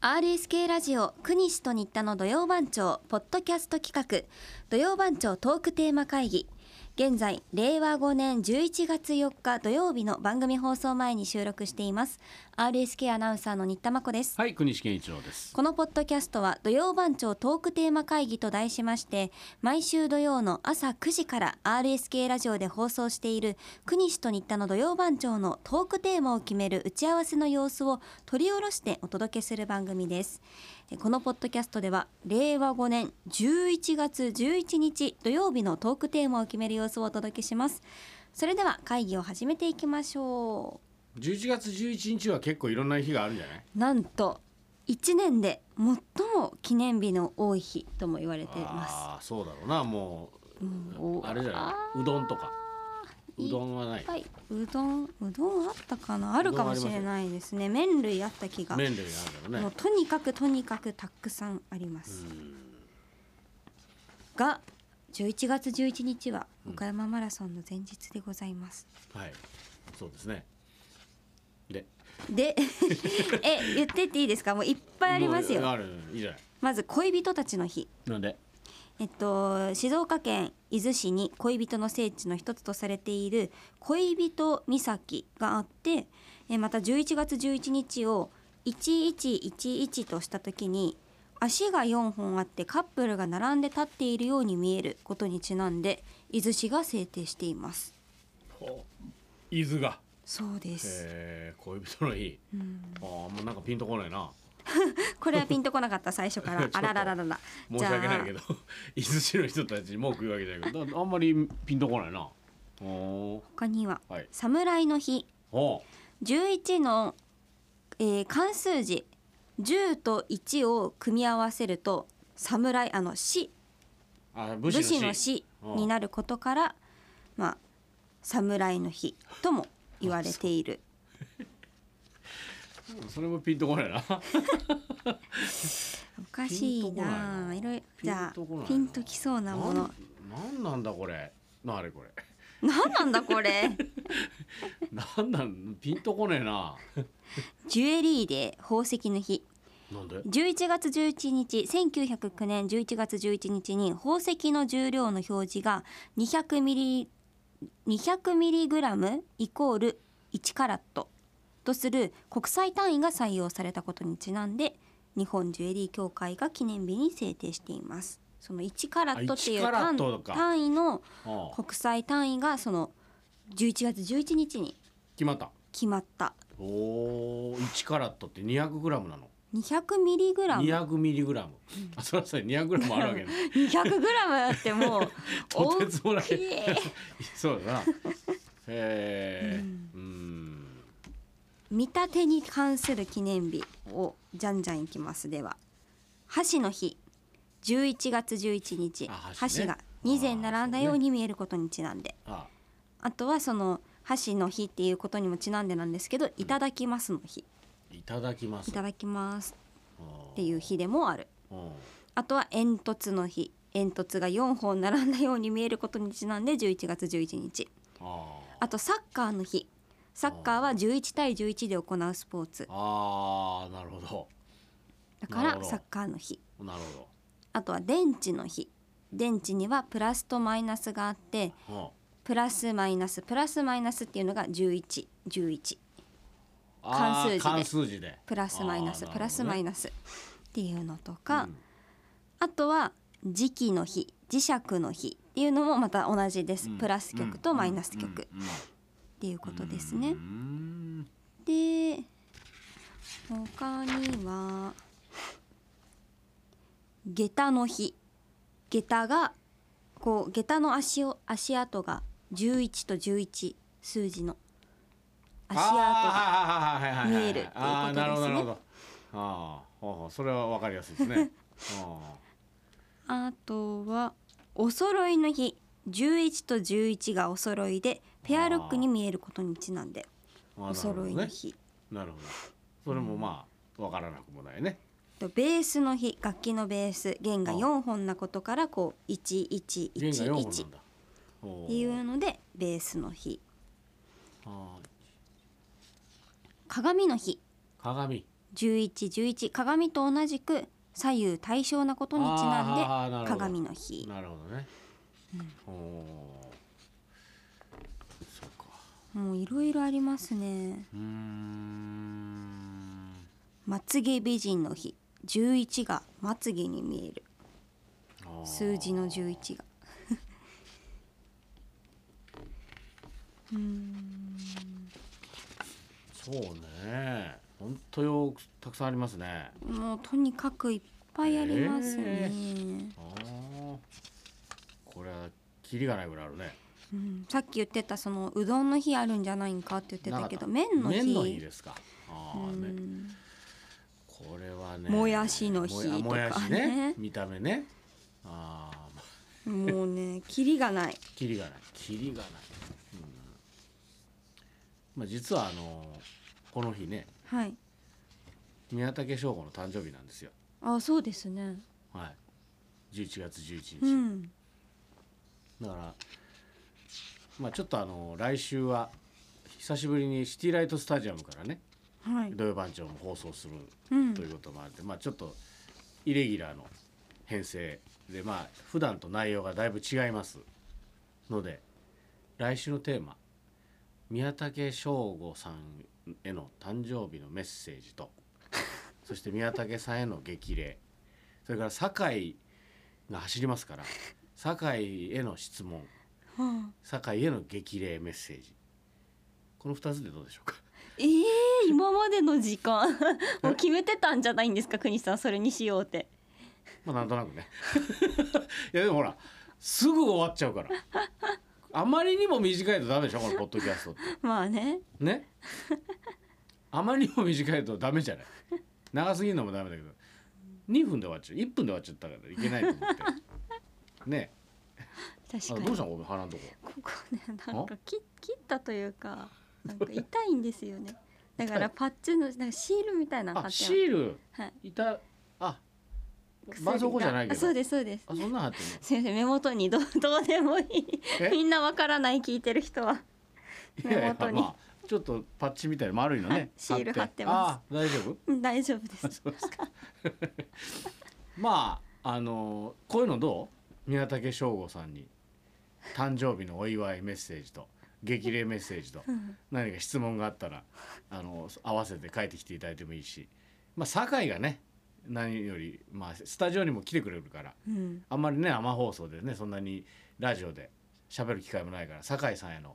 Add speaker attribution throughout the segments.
Speaker 1: RSK ラジオ国西と新田の土曜番長ポッドキャスト企画土曜番長トークテーマ会議現在令和5年11月4日土曜日の番組放送前に収録しています RSK アナウンサーの新田真子です
Speaker 2: はい、国西健一郎です。
Speaker 1: このポッドキャストは土曜番長トークテーマ会議と題しまして毎週土曜の朝9時から RSK ラジオで放送している国西と新田の土曜番長のトークテーマを決める打ち合わせの様子を取り下ろしてお届けする番組ですえこのポッドキャストでは令和5年11月11日土曜日のトークテーマを決める様子をお届けしますそれでは会議を始めていきましょう
Speaker 2: 11月11日は結構いろんな日があるんじゃない？
Speaker 1: なんと1年で最も記念日の多い日とも言われていま
Speaker 2: ああ、そうだろうな。も
Speaker 1: す。うん
Speaker 2: う
Speaker 1: お
Speaker 2: あれじゃ
Speaker 1: あ
Speaker 2: ない？うどんとか。
Speaker 1: ー
Speaker 2: うどんはない
Speaker 1: ー。はいうどんうどんあったかなあるかもしれないですね麺類あった気が
Speaker 2: 麺類があるんだろ
Speaker 1: も
Speaker 2: う
Speaker 1: うとにかくとにかくたくさんあります、が11月11日は岡山マラソンの前日でございます、
Speaker 2: ね。はい。そうですね。で、
Speaker 1: でえ言ってっていいですかもういっぱいあります
Speaker 2: もう
Speaker 1: よ
Speaker 2: あるいいじゃない。
Speaker 1: まず恋人たちの日
Speaker 2: なんで？
Speaker 1: えっと、静岡県伊豆市に恋人の聖地の一つとされている恋人岬があってえまた11月11日を1111とした時に足が4本あってカップルが並んで立っているように見えることにちなんで伊豆市が制定しています
Speaker 2: 伊豆が。
Speaker 1: そうです
Speaker 2: えー、恋人の日。ああ、もうなんかピンとこないな。
Speaker 1: これはピンとこなかった最初から
Speaker 2: と
Speaker 1: あららららら
Speaker 2: 申し訳ないけど、 伊豆市の人たちに文句言うわけじゃないけど、だあんまりピンとこないな。お
Speaker 1: 他には
Speaker 2: はい
Speaker 1: 「侍の日」
Speaker 2: お。お
Speaker 1: 11の、えー漢数字10と1を組み合わせると侍あの死
Speaker 2: ー。あ、
Speaker 1: 武
Speaker 2: 武
Speaker 1: 士
Speaker 2: 士
Speaker 1: の
Speaker 2: の死。
Speaker 1: 死になることからまあ侍の日とも言われている
Speaker 2: それもピンとこないな。
Speaker 1: おかしいなあ
Speaker 2: ピ
Speaker 1: いろ
Speaker 2: ンとこないない
Speaker 1: ろじゃ
Speaker 2: ピンとこ
Speaker 1: あ
Speaker 2: ないな
Speaker 1: ピンときそうなもの
Speaker 2: なんなんなんだこれ。なあれこれ。
Speaker 1: 何なんだこ れ
Speaker 2: なんなんピンとこねえな。
Speaker 1: ジュエリーで宝石の日
Speaker 2: なんで？
Speaker 1: 11月11日1909年11月11日に宝石の重量の表示が200ミリ200ミリグラムイコール1カラットとする国際単位が採用されたことにちなんで日本ジュエリー協会が記念日に制定していますその1カラットっていう
Speaker 2: あ1カラ
Speaker 1: 単
Speaker 2: ットか
Speaker 1: 単位の
Speaker 2: ああ
Speaker 1: 国際単位がその11月11日に
Speaker 2: 決まった。
Speaker 1: 決まった
Speaker 2: おお、一カラットって200グラムなの。
Speaker 1: 200ミリグラム
Speaker 2: 200ミリグラム。あ、それはさ200グラムあるわけね。
Speaker 1: 200グラムだってもう
Speaker 2: とてつもな い
Speaker 1: 大きい
Speaker 2: そうだな。へえ。うん。
Speaker 1: 見立てに関する記念日をじゃんじゃんいきますでは箸の日11月11日
Speaker 2: あ
Speaker 1: 箸,、
Speaker 2: 箸ね
Speaker 1: が2膳並んだように見えることにちなんで
Speaker 2: あ、
Speaker 1: あ,、とはその箸の日っていうことにもちなんでなんですけど「いただきます」の日
Speaker 2: いただき
Speaker 1: 「
Speaker 2: ます。
Speaker 1: いただきます」
Speaker 2: っ
Speaker 1: っていう日でもある
Speaker 2: うん。
Speaker 1: あとは煙突の日煙突が4本並んだように見えることにちなんで11月11日
Speaker 2: ああ。
Speaker 1: あとサッカーの日サッカーは11対11で行うスポーツ
Speaker 2: ああ、なるほど。
Speaker 1: だか
Speaker 2: なる
Speaker 1: ら
Speaker 2: ほど
Speaker 1: サッカーの日
Speaker 2: なるほ
Speaker 1: あとは電池の日電池にはプラスとマイナスがあって
Speaker 2: ど。
Speaker 1: プラスマイナスプラスマイナスっていうのが1111
Speaker 2: うん。あ
Speaker 1: 漢数字で
Speaker 2: ー漢数字で。
Speaker 1: プラスマイナス、
Speaker 2: あー
Speaker 1: プラスマイナスっていうのとか、
Speaker 2: うん
Speaker 1: あとは磁気の日磁石の日っていうのもまた同じです、プラス極とマイナス極っ
Speaker 2: うんうん
Speaker 1: ていうことですね。
Speaker 2: うん
Speaker 1: で他には下駄の日下駄がこう下駄の足を足跡が11と11数字の足跡が
Speaker 2: が
Speaker 1: 見えるっていうことですね
Speaker 2: あーなるほどなるほどあーほうほうそれはわかりやすいで すねあ
Speaker 1: あとはお揃いの日11と11がお揃いでペアルックに見えることにちなんで
Speaker 2: ーあー
Speaker 1: お揃いの日、
Speaker 2: なるほどねなるほどそれもまあわからなくもないね
Speaker 1: とベースの日楽器のベース弦が4本なことからこう
Speaker 2: 弦が4本
Speaker 1: 1111
Speaker 2: なんだお
Speaker 1: っ
Speaker 2: ー
Speaker 1: ていうのでベースの日
Speaker 2: あー
Speaker 1: 鏡の日
Speaker 2: 鏡
Speaker 1: 1111鏡と同じく左右対称なことにち
Speaker 2: あ
Speaker 1: な
Speaker 2: ー
Speaker 1: んで
Speaker 2: なるほど
Speaker 1: 鏡の日
Speaker 2: なるほどね、おーそうか
Speaker 1: もういろいろありますね
Speaker 2: うーん
Speaker 1: まつげ美人の日11がまつげに見える
Speaker 2: あー
Speaker 1: 数字の11がうーん
Speaker 2: そうね本当よたくさんありますね
Speaker 1: もうとにかくいっぱいありますね、
Speaker 2: へあーこれはキリがないぐらいあるね
Speaker 1: うん、さっき言ってたそのうどんの日あるんじゃないんかって言ってたけど
Speaker 2: なかった
Speaker 1: 麺の日
Speaker 2: 麺の日ですかあ
Speaker 1: う
Speaker 2: ーね
Speaker 1: ん
Speaker 2: これはね
Speaker 1: もやしの日
Speaker 2: もやもやし
Speaker 1: とかね
Speaker 2: ね見た目ねああ
Speaker 1: もうねキリがない
Speaker 2: キリがないキリがない、うんまあ、実はあのこの日ね
Speaker 1: はい
Speaker 2: 宮武翔吾の誕生日なんですよ
Speaker 1: あそうですね
Speaker 2: はい11月11日、
Speaker 1: うん
Speaker 2: だからまあちょっとあの来週は久しぶりにシティライトスタジアムからね
Speaker 1: はい
Speaker 2: 土曜番長も放送する
Speaker 1: うん
Speaker 2: ということもあって、まあちょっとイレギュラーの編成でまあ普段と内容がだいぶ違いますので来週のテーマ宮武翔吾さんへの誕生日のメッセージとそして宮武さんへの激励それから酒井が走りますから酒井への質問
Speaker 1: はあ
Speaker 2: 酒井への激励メッセージこの2つでどうでしょうか
Speaker 1: えー、今までの時 間もう決めてたんじゃないんですか国さんそれにしようって
Speaker 2: まあなんとなくねいやでもほらすぐ終わっちゃうからあまりにも短いとダメでしょこのポッドキャストって
Speaker 1: まあね
Speaker 2: ねあまりにも短いとダメじゃない長すぎるのもダメだけど2分で終わっちゃう1分で終わっちゃったからいけないと思ってね
Speaker 1: 確
Speaker 2: あ
Speaker 1: かに
Speaker 2: どうしたのお前鼻のとこ
Speaker 1: ここねなんか切切ったというかなんか痛いんですよねだからパッチのなんかシールみたいなの貼
Speaker 2: あ
Speaker 1: って
Speaker 2: シール
Speaker 1: ますはい
Speaker 2: いたあ
Speaker 1: 薬が
Speaker 2: 絆創膏じゃないけ
Speaker 1: あそう
Speaker 2: ど
Speaker 1: ですそうです
Speaker 2: あそんなん貼ってん の
Speaker 1: すいません目元にどう どうでもいい
Speaker 2: え
Speaker 1: みんなわからない聞いてる人は、
Speaker 2: いやいや
Speaker 1: 目元に
Speaker 2: まあちょっとパッチみたいな丸いのね、
Speaker 1: はいシール貼ってま
Speaker 2: あ大丈夫
Speaker 1: うん大丈夫です
Speaker 2: そうですか。まああのこういうのどう？宮武翔吾さんに誕生日のお祝いメッセージと激励メッセージと
Speaker 1: うん
Speaker 2: 何か質問があったらあの合わせて書いてきていただいてもいいし、まあ酒井がね何よりまあスタジオにも来てくれるから
Speaker 1: うん
Speaker 2: あんまりね生放送でねそんなにラジオで喋る機会もないから酒井さんへの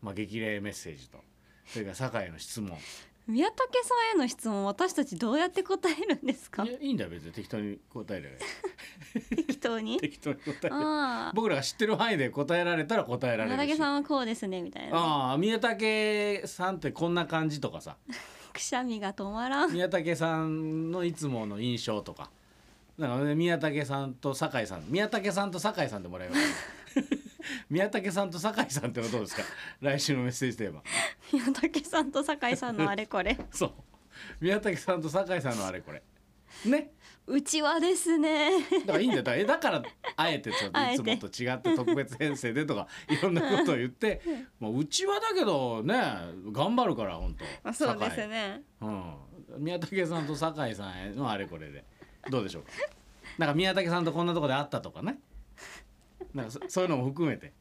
Speaker 2: まあ激励メッセージとそれから酒井への質問。
Speaker 1: 宮武さんへの質問私たちどうやって答えるんですか
Speaker 2: いやいいんだよ別に適当に答 えればいい。
Speaker 1: 適当に
Speaker 2: 適当に答えればいい
Speaker 1: ああ
Speaker 2: 僕らが知ってる範囲で答えられたら答えら
Speaker 1: 宮
Speaker 2: れる
Speaker 1: 武
Speaker 2: し。
Speaker 1: さんはこうですねみたいな
Speaker 2: ああ宮武さんってこんな感じとかさ
Speaker 1: くしゃみが止まらん
Speaker 2: 宮武さんのいつもの印象とかだから、ね、宮武さんと酒井さん宮武さんと酒井さんでもらえば いい宮武さんと酒井さんってのはどうですか来週のメッセージテーマ
Speaker 1: 宮武さんと酒井さんのあれこれ
Speaker 2: そう宮武さんと酒井さんのあれこれね
Speaker 1: うちはですね
Speaker 2: だからいいんだよだからえだからあえてちょっと
Speaker 1: あえ
Speaker 2: い
Speaker 1: て
Speaker 2: つもと違って特別編成でとかいろんなことを 言って、まあ、うちはだけどね頑張るから本当
Speaker 1: まあそうですね
Speaker 2: 酒井うん、宮武さんと酒井さんへのあれこれでどうでしょうかなんか宮武さんとこんなとこで会ったとかねなんかそそういうのも含めて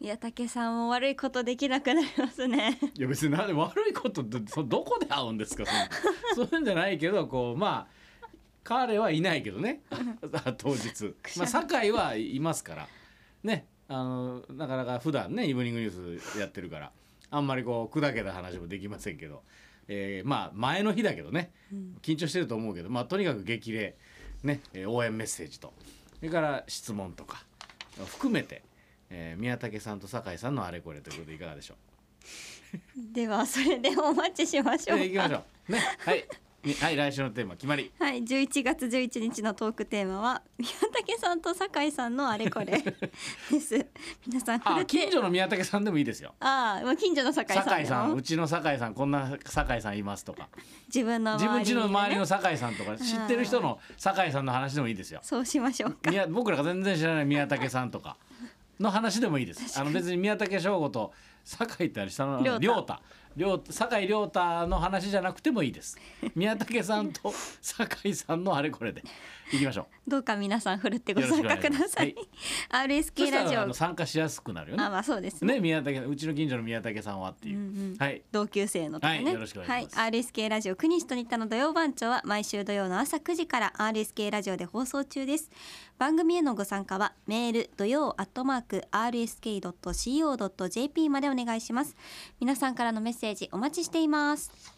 Speaker 1: 宮武さんも悪いことできなくなりますね
Speaker 2: いや別になんで悪いことってそ どこで会うんですかそのそういうんじゃないけどこうまあ彼はいないけどね当日、まあ、酒井はいますからねあのなかなか普段ねイブニングニュースやってるからあんまりこう砕けた話もできませんけど、えーまあ前の日だけどね緊張してると思うけど、まあ、とにかく激励、ね、えー応援メッセージとそれから質問とか含めて、えー宮武さんと酒井さんのあれこれということでいかがでしょう
Speaker 1: ではそれでお待ちしましょう
Speaker 2: えー行きましょう。ね、はい、にはい、来週のテーマ決ま り。
Speaker 1: はい、11月11日のトークテーマは宮武さんと酒井さんのあれこ れです。皆さんこ
Speaker 2: あ
Speaker 1: れ、
Speaker 2: 近
Speaker 1: て
Speaker 2: 所の宮武さんでもい いですよ。
Speaker 1: ああ、まあ近所の酒井さんでも
Speaker 2: 酒井さん、うちの酒井さん、こんな酒井さんいますとか、
Speaker 1: 自分の周
Speaker 2: 自
Speaker 1: りにね
Speaker 2: 分家の周りの酒井さんとか、知ってる人の酒井さんの話でもいいですよ。
Speaker 1: そうしましょうか。
Speaker 2: いや、僕らが全然知らない宮武さんとか。の話でもいいです。あの別に宮武翔吾と酒井ってあれ下の
Speaker 1: 亮
Speaker 2: 亮
Speaker 1: 太
Speaker 2: 太、亮酒井亮太の話じゃなくてもい いです宮武さんと酒井さんのあれこれでいきましょ う
Speaker 1: どうか皆さんふるってご
Speaker 2: よろし
Speaker 1: 参
Speaker 2: くお
Speaker 1: 加く
Speaker 2: 願いしま
Speaker 1: だ
Speaker 2: す
Speaker 1: さい。
Speaker 2: そ
Speaker 1: RSK
Speaker 2: した
Speaker 1: ラジ
Speaker 2: らあ
Speaker 1: オ
Speaker 2: の。参加しやすくなるよ
Speaker 1: あ、
Speaker 2: ね
Speaker 1: まあそうですね。
Speaker 2: ね宮武うちの近所の宮武さんはっていう、
Speaker 1: うんうん
Speaker 2: はい
Speaker 1: 同級生のとかね、
Speaker 2: はいよろしくお願いします
Speaker 1: はい RSK ラジオ国西と新田の土曜番長は毎週土曜の朝9時から RSK ラジオで放送中です番組へのご参加はメール土曜アットマーク RSK.CO.JP までお願いします皆さんからのメッセージお待ちしています